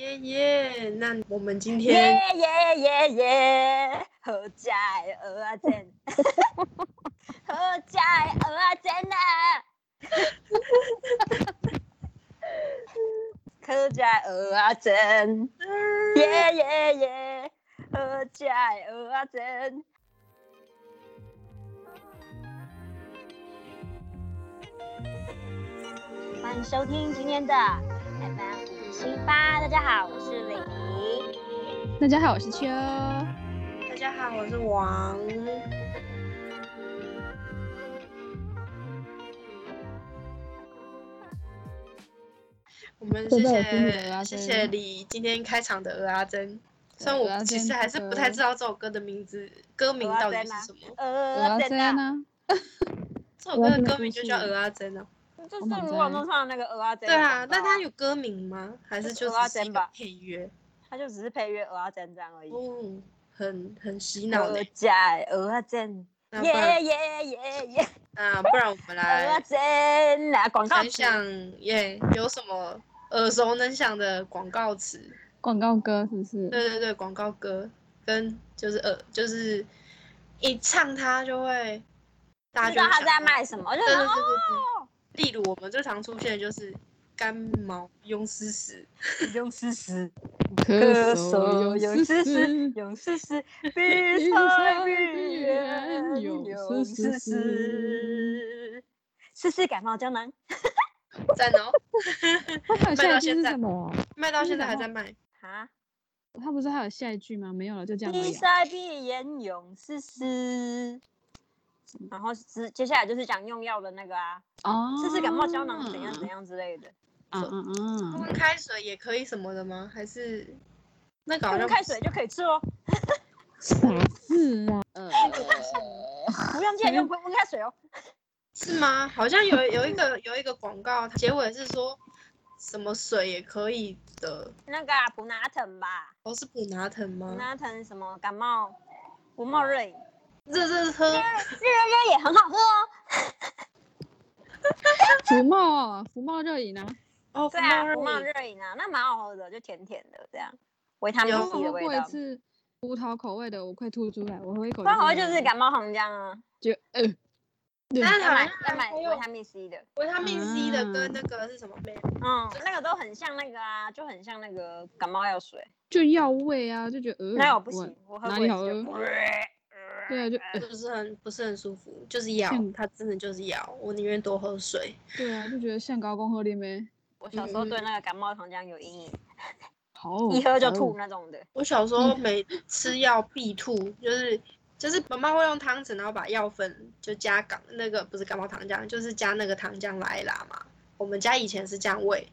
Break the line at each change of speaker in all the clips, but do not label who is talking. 耶耶！那我们今
耶
天
耶耶耶，好在蚵仔煎，好在蚵仔煎啊，好在蚵仔煎，啊耶耶耶，好在蚵仔煎。欢迎收听今天的 FM 五七八，大家好，我是李怡。
大家好，我是秋。
呃
大家好，我是王。我们谢
真的有听你的
谢
啦
谢
真
谢你今天开场的鹅阿珍，虽然
鹅
我
阿
其实
珍
还是不太知道这首歌的名字，歌名
鹅阿
到底
珍啊
是什么。
我
呃，
要
真
这
的
样，呢？
这首歌
鹅阿
的
珍
歌名
的故
就
事
叫《鹅阿珍》啊。
就是
我满
卢
载
广仲唱的那个《鹅啊珍》。
对啊，
那
那它有歌名吗？还是
就
就
是鹅阿
只是一
珍
个
吧
配乐？
他就只是配乐《鹅啊珍》这样而已。
嗯，很很洗脑的
鹅。仔鹅啊珍，
那不
耶
然
耶耶耶，
啊，不然我们
鹅啊
来
珍啊！广告
想
词，
想耶，有什么耳熟能详的广告词？
广告歌是不是？
对对对，广告歌跟就是呃，就是一唱它就会，大家
知
就
道
会
他
想
在
到。
卖什么，就
对
是
对对
哦
对对。例如我们最常出现的就是干毛庸丝丝，
用丝丝，
歌
手用丝丝，用丝丝，比赛比人
有
用
丝
丝丝
丝，
丝丝感冒胶囊，
赞哦，
他还
卖
有
到
下一句
现
是
在
什么？
卖到
真
现在还
的哦
在 卖。
啊。
他不是还有下一句吗？没有了，就这样而
比
已啊。
赛闭眼勇士师，然后是接下来就是讲用药的那个啊，
哦，
试试感冒胶囊怎样怎样之类的。
嗯嗯嗯，
温开水也可以什么的吗？还是那个好
用
像
开水就可以吃哦，
啥字啊？
不用
嗯
见用温温开水哦。
是吗？好像有有一个有一个广告，它结尾是说什么水也可以的，
那个啊，普拿疼吧，
哦是普拿疼
嗯
普
吗？
拿疼什么感冒，感冒热饮，
热热喝，
热热热也很好喝哦。
福茂啊，福茂热饮啊，
哦
对啊，
福
感
茂
冒
热饮
热饮啊，那蛮好喝的，就甜甜的这样，维他命
有
我
C 的
喝
味
过一
道。
次葡萄口味的，我快吐出来，我喝一口。
不然好像就是感冒糖浆啊，
觉呃，对
但是
要
好
买
像
要买
还
维
有
他命 C 的。
维他命 C 的跟
嗯
那个是什么？
嗯，那个都很像那个啊，就很像那个感冒药水。
就药味啊，就觉 得
嗯
呃，
那我不行，我喝
哪
过一
里
次
好
就
喝？对啊，就呃，
不是很不是很舒服，就是药，
像
它真的就是药，我宁愿多喝水。
对啊，就觉得像高工喝的没
我小时候对那个感冒糖浆有阴影，
好，
一喝就
好
嗯
吐。那种的。
我小时候每吃药必吐，就是就是妈妈会用汤匙，然后把药粉就加港那个不是感冒糖浆，就是加那个糖浆来拉嘛。我们家以前是这样喂，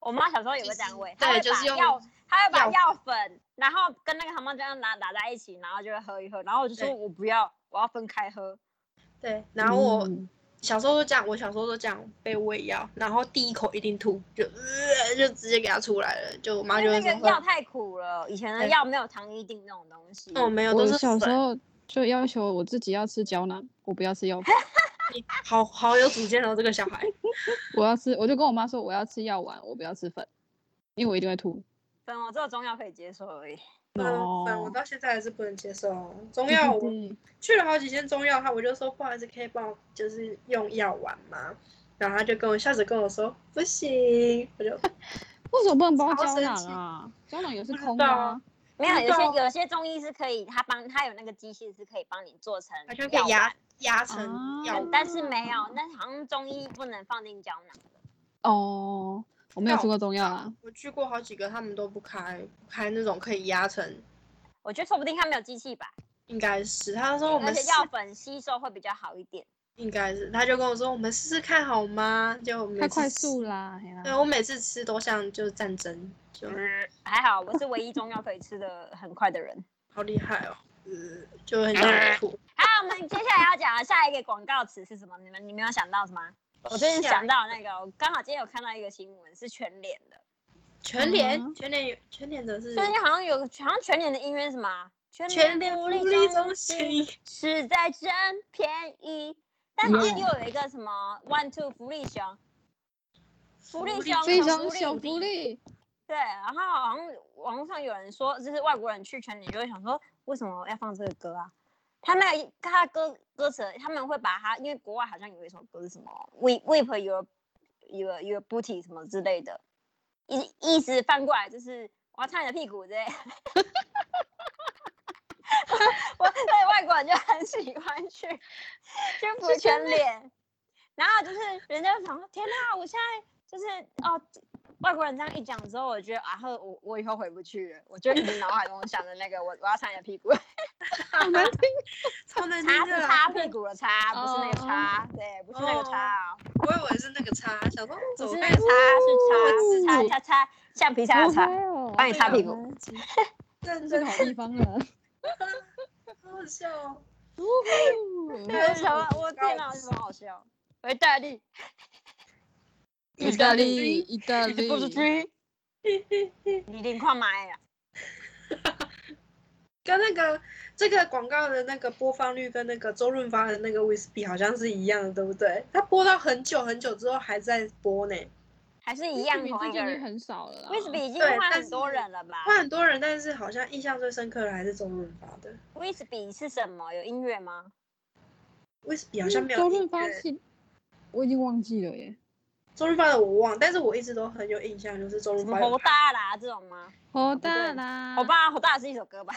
我妈小时候也
就
会这样
是
喂，她
对，
会
就是
把
用
药，她会把
药
药粉，然后跟那个糖浆这样打打在一起，然后就会喝一喝。然后我就说
对
我不要，我要分开喝。
对，然后我
嗯
小时候都这样，我小时候都这样被喂药，然后第一口一定吐，就、呃、就直接给它出来了，就我妈
因
就会
为
说
那个药太苦了，以前的
对
药没有糖衣定那种东西。
哦没有，都
我
是
小时
粉
候就要求我自己要吃胶囊，我不要 吃药粉，
好好有主见哦，这个小孩。
我要吃，我就跟我妈说我要吃药丸，我不要吃粉，因为我一定会吐。
粉我只有中药可以接受而已。
哦
嗯，粉我到现在还是不能接受哦。中 药我去了好几间中药，他我就说不好意思，可以帮我就是用药丸吗？然后他就跟我下次跟我说不行，我就
为什么不能包
超
胶
生
囊
气
啊？胶囊也是
不知
空的
道
啊。
没有，
真
有
的
些
哦
有些中医是可以，他帮他有那个机器是可以帮你做成
他就给
药丸
压压成药
啊
丸。
但是没有，但是好像中医不能放进胶囊。
哦，我没有吃过中药啊。
我去过好几个，他们都不开，不开那种可以压成，
我觉得说不定他没有机器吧，
应该是他说我
而
们
且
试
药粉吸收会比较好一点。
应该是，他就跟我说我们试试看好吗？就每
太
次
快
吃
速，啦，嘿
嗯
啦
对我每次吃都像就是战争，就
还好我是唯一中药可以吃的很快的人。
好厉害哦，呃，就很想吐。
好，我们接下来要讲的下一个广告词是什么？你们你们有想到什么？我最近
下
想到那个，我刚好今天有看到一个新闻是全脸的，
全脸、
嗯
全脸有全脸的是
最近好像有好像全脸的音乐是什么啊？全
全
联
脸
福
福
利
利
中
中
心
心，
实在真便宜，但好像
Yeah
又有一个什么 One Two 福利熊，福利
福利
熊，
非
熊
常小福
利。
利，
对，然后好像网络上有人说，就是外国人去全年就会想说，为什么要放这个歌啊？他那个他的歌歌词，他们会把它，因为国外好像有一首歌是什么 “we weep your your your booty” 什么之类的，意意思翻过来就是我要擦你的屁股之类的。 我对外国人就很喜欢去去补全脸，然后就是人家就想说，天哪，我现在就是哦，外国人这样一讲之后，我觉得啊，呵我我以后回不去了，我就一直脑海中想着那个我 我要擦你的屁股。
好难 听。
超难
擦
听
是
的
擦
啊。
屁股的擦，不是那个擦，对，不是那个哦擦哦，
我以为是那个叉，想说
不
怎
是
么
那
会
个
哦
擦，是擦，擦擦擦，橡皮擦的擦，帮你擦屁股。
认
这是
真
好地方了。
好好笑哦。
对，有什么？我天哪，有什么好笑？维大利，
意大利，意大
你 不是
利，
追， 你零矿啊买呀？
跟那个这个广告的那个播放率跟那个周润发的那个威士忌好像是一样的，对不对？他播到很久很久之后还在播呢，
还是一样
比
同
最
一个
近已经
人？
很少了啦。
威斯比已经
对
换
但
很
是
多人了吧？
换很多人，但是好像印象最深刻的还是周润发的
威斯比是什么？有音乐吗？
威士忌，好像没有
周
音
润发
乐
是，我已经忘记了耶。
周润发的我忘，但是我一直都很有印象，就是周
什
润
么
发
侯
有
大啦这种吗？
好
对
大啦，
侯爸侯大是一首歌吧？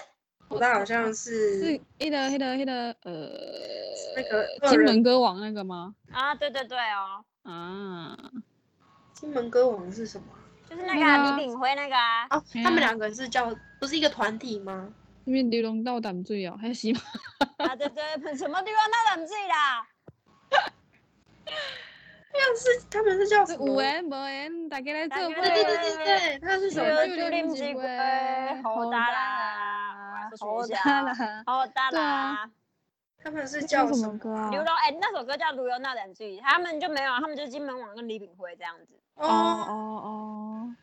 我大好像
是
是
那个、那个、那个，呃，
那个个
金
人
门歌王那个吗？
啊，对对对哦，
啊，
金门歌王是什么啊？
就是那个啊
那个
李炳辉那个 啊。
哦，
嗯
他们两个是叫不是一个团体吗？
因为流浪到淡水哦，还是吗？
啊，对对，什么地方那冷静啦？
但是他们是叫什么？啊
有缘无缘，大家来做
大
对
家
对
来
对对对，他是什
就
么？
对
就令吉龟，好大啦，好
好
大
大
啦，
啦。
好 大
对
啦
啊。
他们是
那
叫
什
什
么
么？
歌啊？
刘荣哎，那首歌叫《卢柔那两句》，他们就没有，啊他们就金门王跟李炳辉这样子。
哦哦哦，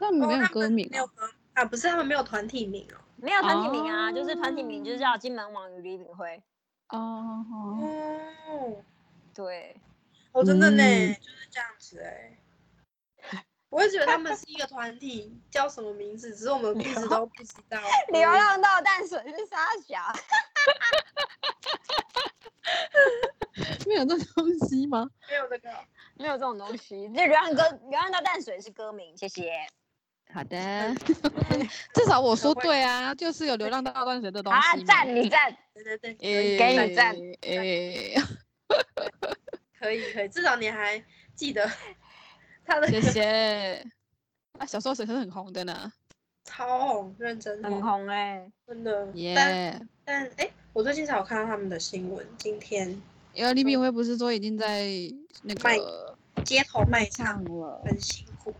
他们没有
哦他
歌名
们没
啊
有。歌啊，不是他们没有团体名哦。
没有团体名啊，
哦
就是团体名就是叫金门王与李炳辉。
哦哦哦，
哦，
对，
哦，真的呢，
嗯
就是这样子哎、我也觉得他们是一个团体，叫什么名字，只是我们一直都不知道。嗯
流浪到淡水是沙小，
没有这东西吗？
没有这个，
没有这种东西。就流浪歌，流浪到淡水是歌名，谢谢。
好的，至少我说对啊，就是有流浪到淡水的东
好
西
啊，
嘛。哎
赞你赞，
对对对，可以
诶，
给你赞
诶，
可以可以，至少你还记得 他的
谢谢。啊，小时候水是很红的呢，
超红，认真
很
红，
红哎。
真的。
耶、
但但哎、我最近才有看到他们的新闻，今天
因为李炳辉不是说已经在那
卖
个
街头卖唱
上了，
很辛苦，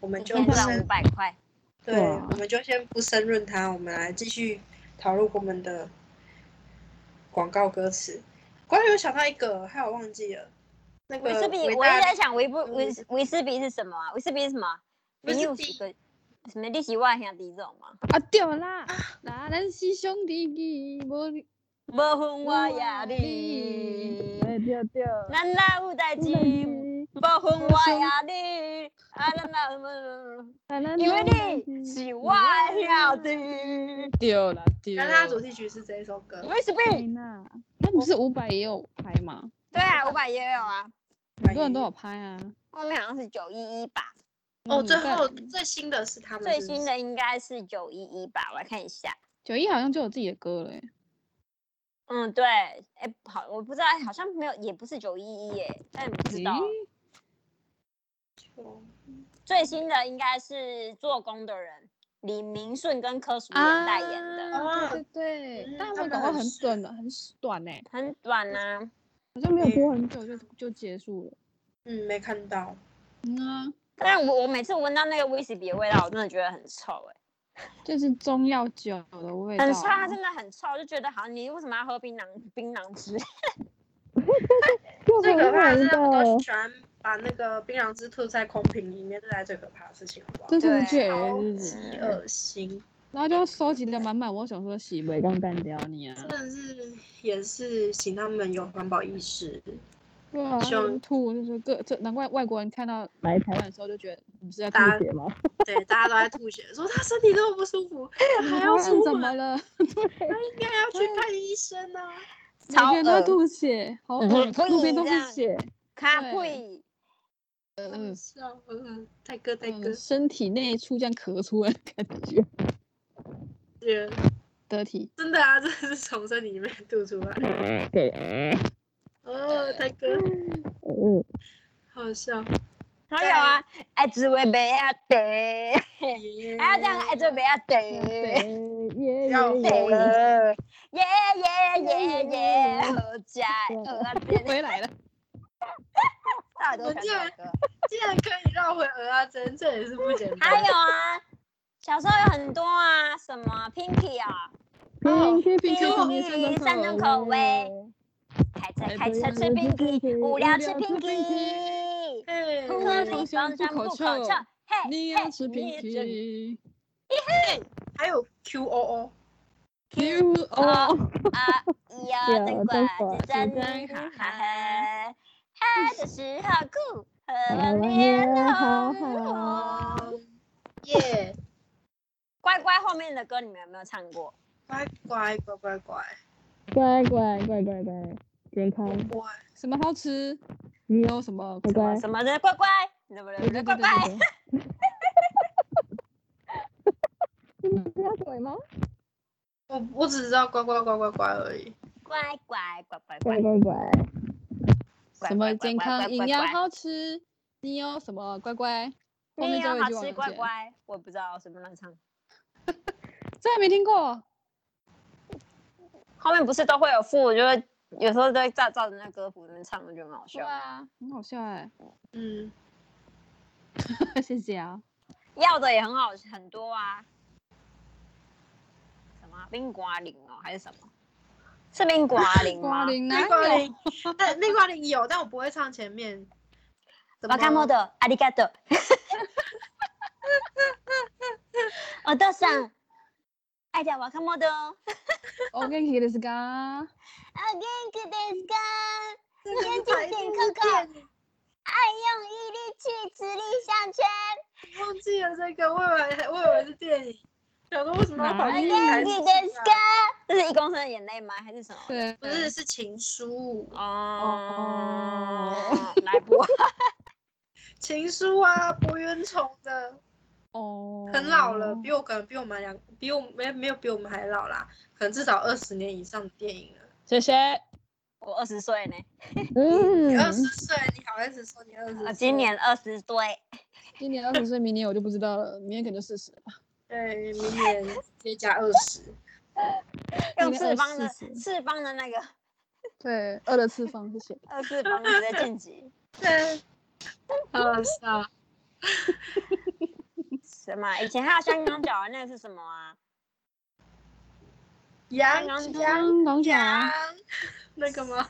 我们
一
就
天
不
赚
深
五百块。
对，
对啊
我们就先不深论它，我们来继续讨论我们的广告歌词。关于我想到一个，还有忘记了，那个
维斯比，
伟
我一直
大
在想维布维
嗯
斯维斯比是什么啊？维斯比是什么啊？
维斯
你有
比
几个什么利息外兄弟这种吗？
啊对啦，那咱是兄弟义，无你
无分我呀你，
哎对对，
咱哪有代志？无分我呀你，啊咱哪有？因为你是我的兄弟。
对啦对，
但它的主题曲是这一首歌，
维斯
哎
比，
那那不是伍佰也有拍吗？
对啊，五百也有啊，
很多人都有拍啊。
后面好像是九一一吧，
哦，
嗯
最后
但
最新的是他们
最
是不是
新的应该是九一一吧，我来看一下。
九一好像就有自己的歌了、欸，
嗯，对，哎，好，我不知道，好像没有，也不是九一一耶，但不知道。
诶
最新的应该是做工的人，李明顺跟柯淑妍代言的，
啊
哦
对对对，
嗯
但
他
我
们
感觉
很
很
适
短的，很短欸呢、
很短啊。
好像没有
对
播很久就就结束了。
嗯没看到，
嗯啊，
但我我每次闻到那个威士忌的味道，我真的觉得很臭哎、
就是中药酒的味道，哦
很臭，它真的很臭，就觉得好像你为什么要喝槟榔槟榔汁？
就
最可怕的是他们都喜欢把那个槟榔汁吐在空瓶里面，这才最可怕的事情，好不好？
这
对
是绝
超
日
级恶心，
然后就收集的满满，我想说洗不干干掉你啊
真！的是也是请他们有环保意识。
对啊，
希望
那种吐就是各这，难怪外国人看到
来台
台
湾
湾的时候就觉得你是在吐
大家
血吗？
对，大家都在吐血，说他身体这么不舒服，还要
嗯
台湾
出
人怎么
门，
了？
他应该要去看医生啊。
每
超
个人都在
恶
吐血，好恶
嗯
心，路边都
不
是
行
血，
卡
对
贵，
嗯
笑，嗯，泰哥泰哥
嗯，，身体内出这样咳出来的感觉，
对
得体。
真的啊，真 的是从身体里面吐出来。
对，
哦，泰哥，
嗯，
好笑。
还有啊，爱滋味不要得，还要这样爱滋味不要得。
耶
要
耶
飞
耶！
耶耶耶耶，好假！呃，
回来了，
到底多喜欢这首歌？
竟然可以绕回鹅啊针，这也是不简单。
还有啊，小时候有很多啊，什么 Pinky 啊，
哦
冰淇淋，
冰淇
冰淇淋
淋三种口味开车开车吃 Pinky，无聊吃 Pinky，
嘿
科里方向不可测。嘿，
你要吃
你
冰
也
淇
真
淋。
还有 Q O O，
Q
哦
哦，
啊，要灯管是真好看，爱的时候酷，
哎
和我脸好红。
耶，
乖乖后面的歌你们有没有唱过？
乖乖乖乖乖
乖乖乖乖乖，健康，
乖，
什么好吃？
你
有什么？
乖乖，
什么的乖乖，对不
对
对？
对
乖
对
乖，
对对，
你不要鬼吗？
我我只知道乖乖乖乖乖而已。
乖乖，乖乖，
乖
乖
乖乖，
乖，
什么健康营养
好，
好吃？你有什么乖乖？后
你
面最
有
后一句
哎好吃
忘
乖
记了，
乖，我不知道什么乱唱。
这还没听过。
后面不是都会有附，就是有时候都会照照着那歌谱那边唱，我觉得蛮好笑。
啊，很好笑哎，
嗯，
谢谢啊。
要的也很好，很多啊。什么啊冰瓜林哦，还是什么？是冰瓜林吗
瓜？林哪
那瓜
有？
铃，但那瓜铃有，但我不会唱前面。怎
啊
わか
么
もどありが とう。お父さん、愛だ若者。お
我跟你的是噶，
元気ですか？
这个是
眼睛
台式
点扣扣
片
爱用毅力去磁力项圈。
忘记了这个，我以为我以为是电影，想说为什么要把
哪
这
里
个台
元
词
気
记
です
下
か
来？？
这 是一公升的眼泪吗？还是什么？
对，
不是，是情书，
哦， 来不？
情书啊，柏原崇的。
哦，
很老了，比我可能比我们两，比我没没有比我们还老啦，可能至少二十年以上的电影了。
谢谢。
我二十岁呢，
你二十
嗯，
岁，你好意思说你二十
我
岁？
呃啊今年二十岁。
今年二十岁，明年我就不知道了，明年可能就四十了吧。
对，明年直接加二十。
用
那
四方的
24
四方的那个
对，二的次方，谢 谢。
二次方直接晋级，
对，好笑。
什么？啊以前还有香港脚的那个是什么啊？
羊
羊
羊
港脚
羊，那个吗？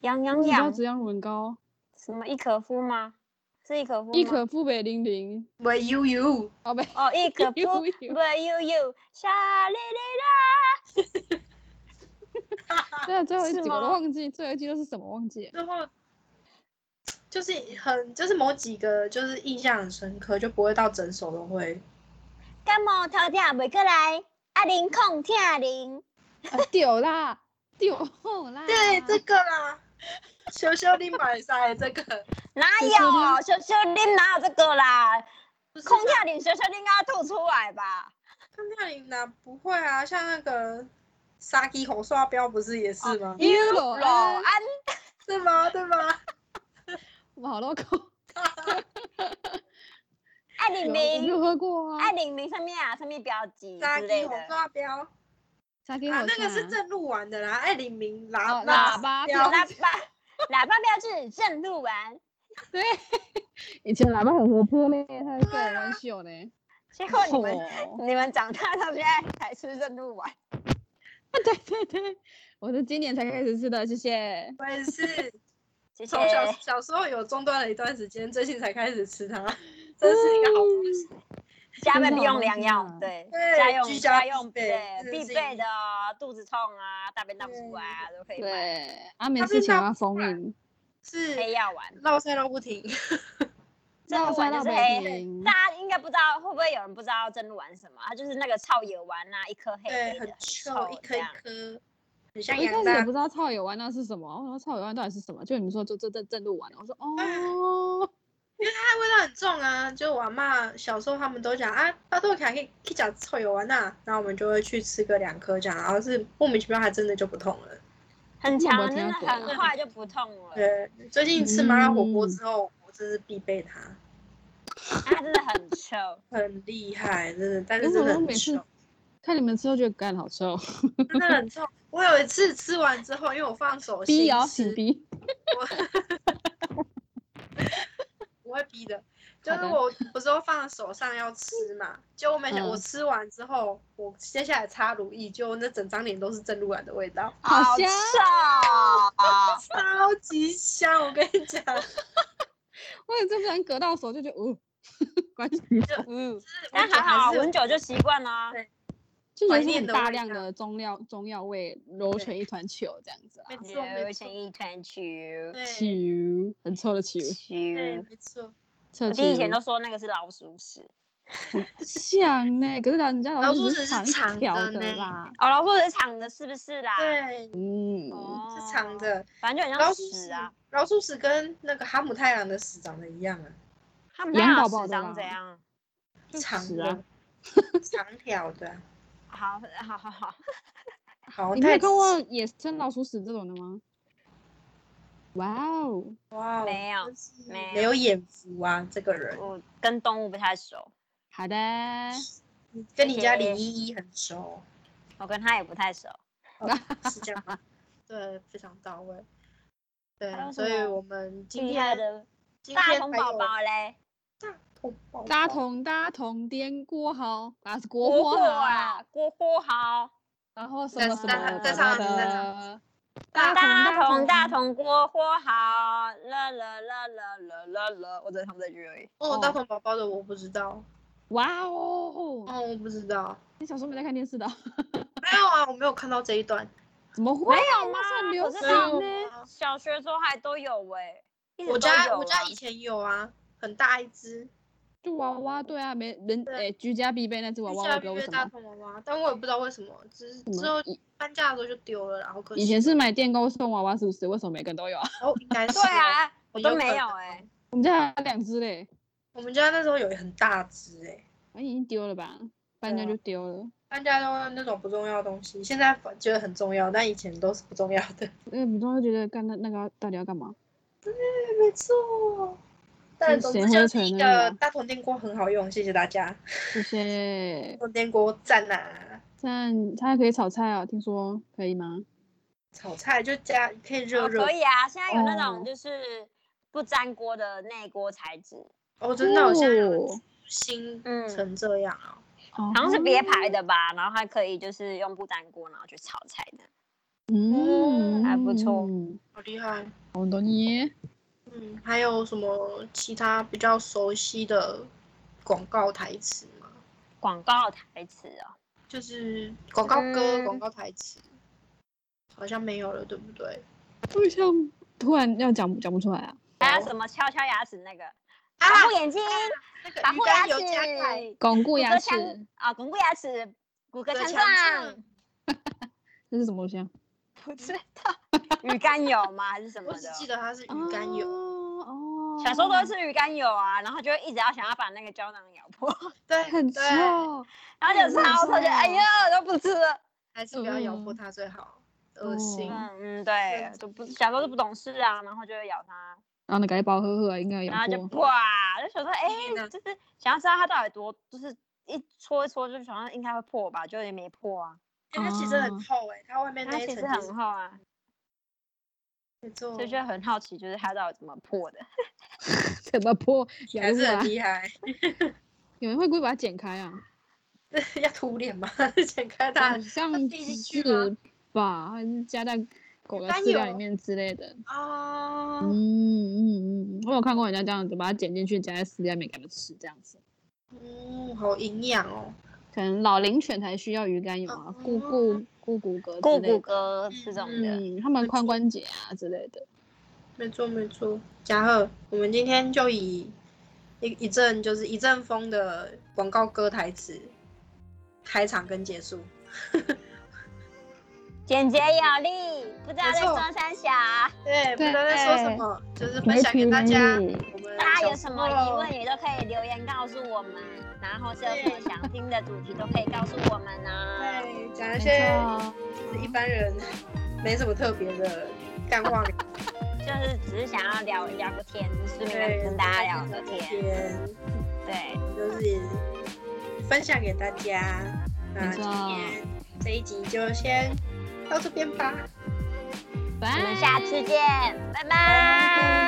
羊
我
羊
只知道
羊
紫阳软膏，
什么伊可夫吗？是伊可夫吗？
一可父北零零，
喂悠悠，
宝贝，
哦，伊
啊
可 夫
悠悠
不悠悠，沙哩哩
对啊，最后一
是
集我都
吗
忘记，最后一集都是什么忘记了？
之后就是很就是某几个就是印象很深刻，就不会到整首都会。
啦，感冒头痛袂过来，啊零控痛零，
啊，丢啦，丢啦。
对，这个啦，羞羞你买晒这个，
哪
小小
有？小小林哪有这个啦？
不是啊
控痛零，小小林应该要吐出来吧？
康泰琳娜不会啊，像那个沙基红刷标不是也
啊
是吗？
优
柔安
是吗？对吗？
我 好 local，
爱零
有我没
零
有。喝过
爱
哎
啊。
零零上面啊，上面标记
沙
之
基
类
红
的。
刷标啊，
茶给我啊
那个是
下
正路玩的啦，艾琳明喇
哦喇
叭
叭
标
喇，叭，喇叭标志正路丸，
对，
以前喇叭很活泼呢，他
对，很秀呢。
结果你们、
哦，
你们长大到现在才吃正路丸，
对对对，我是今年才开始吃的，谢谢。
我也是
谢谢
从。小小时候有中断了一段时间，最近才开始吃它，真是一个好东西。
加倍必用良药
真的好，
对，
对
家用
居家必
用
备
对
真的
必
是
备的哦，肚子痛啊，大便大不出来啊都可以买。
对，阿美
它
是
是
小
那
阿
不
蜂
辣
蜜，
是
黑药丸，
绕赛绕不停。
真
绕
鹿
赛
丸就
道
是
北
黑。
平，
大家应该不知道，会不会有人不知道真鹿丸是什么？它就是那个臭野丸啊，一颗黑
对，
黑的，
很
臭
臭，一颗一
这样
颗，很
我
像
一
羊
开始也
大
不知道草野丸那是什么，然后草野丸到底是什么？就你们说就这这正路丸，我说
啊
哦，
它味道很重啊，就我妈小时候他们都讲啊，巴豆卡可以可以讲臭油丸呐，然后我们就会去吃个两颗这样，然后是莫名其妙还真的就不痛了。
很
我
强，
没
真
听
的
过
很快就不痛了。
对，最近吃麻辣火锅之后，我真是必备它，
它啊真的很臭，
很厉害，真的，但
为
是
什
真的
么
很
每次
臭，
看你们吃都觉得干好臭，
真的很臭。我有一次吃完之后，因为我放手
逼
心
也要死
吃，
逼，
不会逼的，就
好
是
的
我不是都放在手上要吃嘛，结果没想、
嗯
我吃完之后，我接下来擦乳液，就那整张脸都是正露丸的味道，
好
好
香哦
臭。
超级香！我跟你讲，
我也真不然隔到手就觉得哦， 关系
嗯，
但
但还
啊
好闻久就习惯了。啊
对
就
怀
是
念
很
的
大
味
量
道
的中药中药味揉成一团球这样子啊啦，
没错
有
没
钱
错，
一团球，
对
球很臭的球，
对
球。
没错，
臭
我
球
弟以前都说那个是老鼠屎，
像呢，可是人家
老
鼠
鼠屎
只
是
长
长
条
的
的
呢
啦，
哦，老鼠屎是长的，是不是啦？，
对
嗯，
哦，
是长，的，
反正就很
老
像
鼠屎
屎啊。，
老鼠屎跟那个哈姆太郎的屎长得一样啊，
他们
羊
那
宝宝
屎
的
长
啦
怎样？啊
就
长
屎
的，
啊
长条的啊，
好好好好，
好
你没
太
有看过野生老鼠屎这种的吗？哇哦，
哇哦，
没有
真是
没有
没有眼福啊，这个人
我跟动物不太熟，
好的，
跟你家李
嗯谢
依依很熟。
我跟他也不太熟。
是这样 吗？对，非常到位。
还
对，
有什
所以
么
我们今
厉害
天
的
今天还
大
有
同宝宝嘞，
大同宝宝，
大同大同电锅好啊，是国
国
货
货
啊
啊，，国货好。
然后什
再
么什
再
么
再
什
唱
么
一次再唱
的，
大
同
同大同国货好，啦啦啦啦啦啦啦，我只能唱这句而已。
哦，大
哦
同宝宝的我不知道，
哇哦，
哦，我不知道，
你小时候没在看电视的哦，
没有啊，我没有看到这一段，
怎么会？
没有吗
那是很流
可是
行
我
呢。
小学时候还都有喂、一直
我
都
家
有
我家
啊
以前有啊，很大一只，
就娃娃，对啊，没人
对
诶，居家必备那只娃娃，我也
下
不知道
个
为
月
什
大
么。
同娃娃，但我也不知道为什么，只是之后
以
搬家的时候就丢了，然后可
以前是买电购送娃娃，是不是？为什么每个人都有啊？
哦，应该是
对
哦，
啊，我
很
都
有
没
可
有
能
哎、
我们家还有两只嘞，
我们家那时候有很大只哎，
我已经丢了吧，搬家
对啊
就丢了。
搬家都那种不重要的东西，现在反觉得很重要，但以前都是不重要的。
那你都会觉得干那那个到底要干嘛？
没错。但
是
总
谁
之
会
就是
承
一
认
个
啊
大同电锅很好用，谢谢大家。
谢谢
大。同电锅赞啊！
但它还可以炒菜啊，听说可以吗？
炒菜就加可以热
哦
热
可以啊，现在有那种
哦
就是不粘锅的内锅材质，
哦，真的，我现在有
哦
新
嗯
成这样啊！
好
好像是别牌的吧，然后还可以就是用不粘锅然后去炒菜的。
嗯，
还不错
嗯
好厉害。
好多年，
嗯，还有什么其他比较熟悉的广告台词吗？
广告台词哦，
就是广告歌、
嗯
广告台词，好像没有了，对不对？
为什么突然要讲讲不出来啊？
还有什么敲敲牙齿那个，
啊，
保护眼睛，
那个
保
鱼
护
肝
牙
油加钙。
齿，
巩固
骨
牙
骼
齿，
强啊，巩固牙齿，骨骼
骨骼
强
强
壮
壮。
这是什么东西啊？
不知道鱼肝油吗？还是什
我
么的哦
只？记得它是鱼肝油，
哦，哦
小时候都会吃鱼肝油啊，然后就会一直要想要把那个胶囊咬 破，
对，
很哦
对，
臭。
然后就吃好多就哎呀都不吃了。
还是不要咬破
嗯
它最好，恶心。
哦
嗯嗯，对，就不小时候就不懂事啊，然后就会咬它，
然后呢，改饱呵呵，啊应该有
然后就
过。
哇，就想说哎
天哪，
就是想要知道它到底多，就是一搓一搓就想要应该会破吧，就也没破啊，
因为它其实
哦
很厚哎、它外面
它
那一
其
层
实
就是哦
很厚啊，
没错
所以就很好奇，就是它到底怎么破的。
怎么破？咬
还
不出
是
来
很。厉害。
有人会故意把它剪开啊？
要涂脸吗？ 剪开它
好像
飞进去
是
吗
吧？还是加在狗的
一般
饲料里
有
面之类的？
啊
嗯，嗯嗯，我有看过人家这样子，把它剪进去，夹在饲料里面给它吃，这样子。
嗯，好营养哦。
可能老龄犬才需要鱼肝油啊，固固固骨骼之
固
类
骨
的。嗯
骼这种的，
啊嗯，他们髋关节啊之类的。
没错没错。嘉禾，我们今天就以一一阵就是一阵风的广告歌台词开场跟结束。
简洁有力，不知道在
没错
说三小，
对，不知道在说什么，就是分享给大家。我们
大家有
小
什
时
么疑
候
问也都可以留言告诉我们，然后是有什么想听的主题都可以告诉我们啊呢。
对，讲一些就是一般人没什么特别的干话。
就是只是想要聊聊个天，顺便
对，
跟大家聊个天，
天，
对，
就是分享给大家。那
没
今
错
天这一集就先到这边吧。
我
拜
们下次见，拜拜。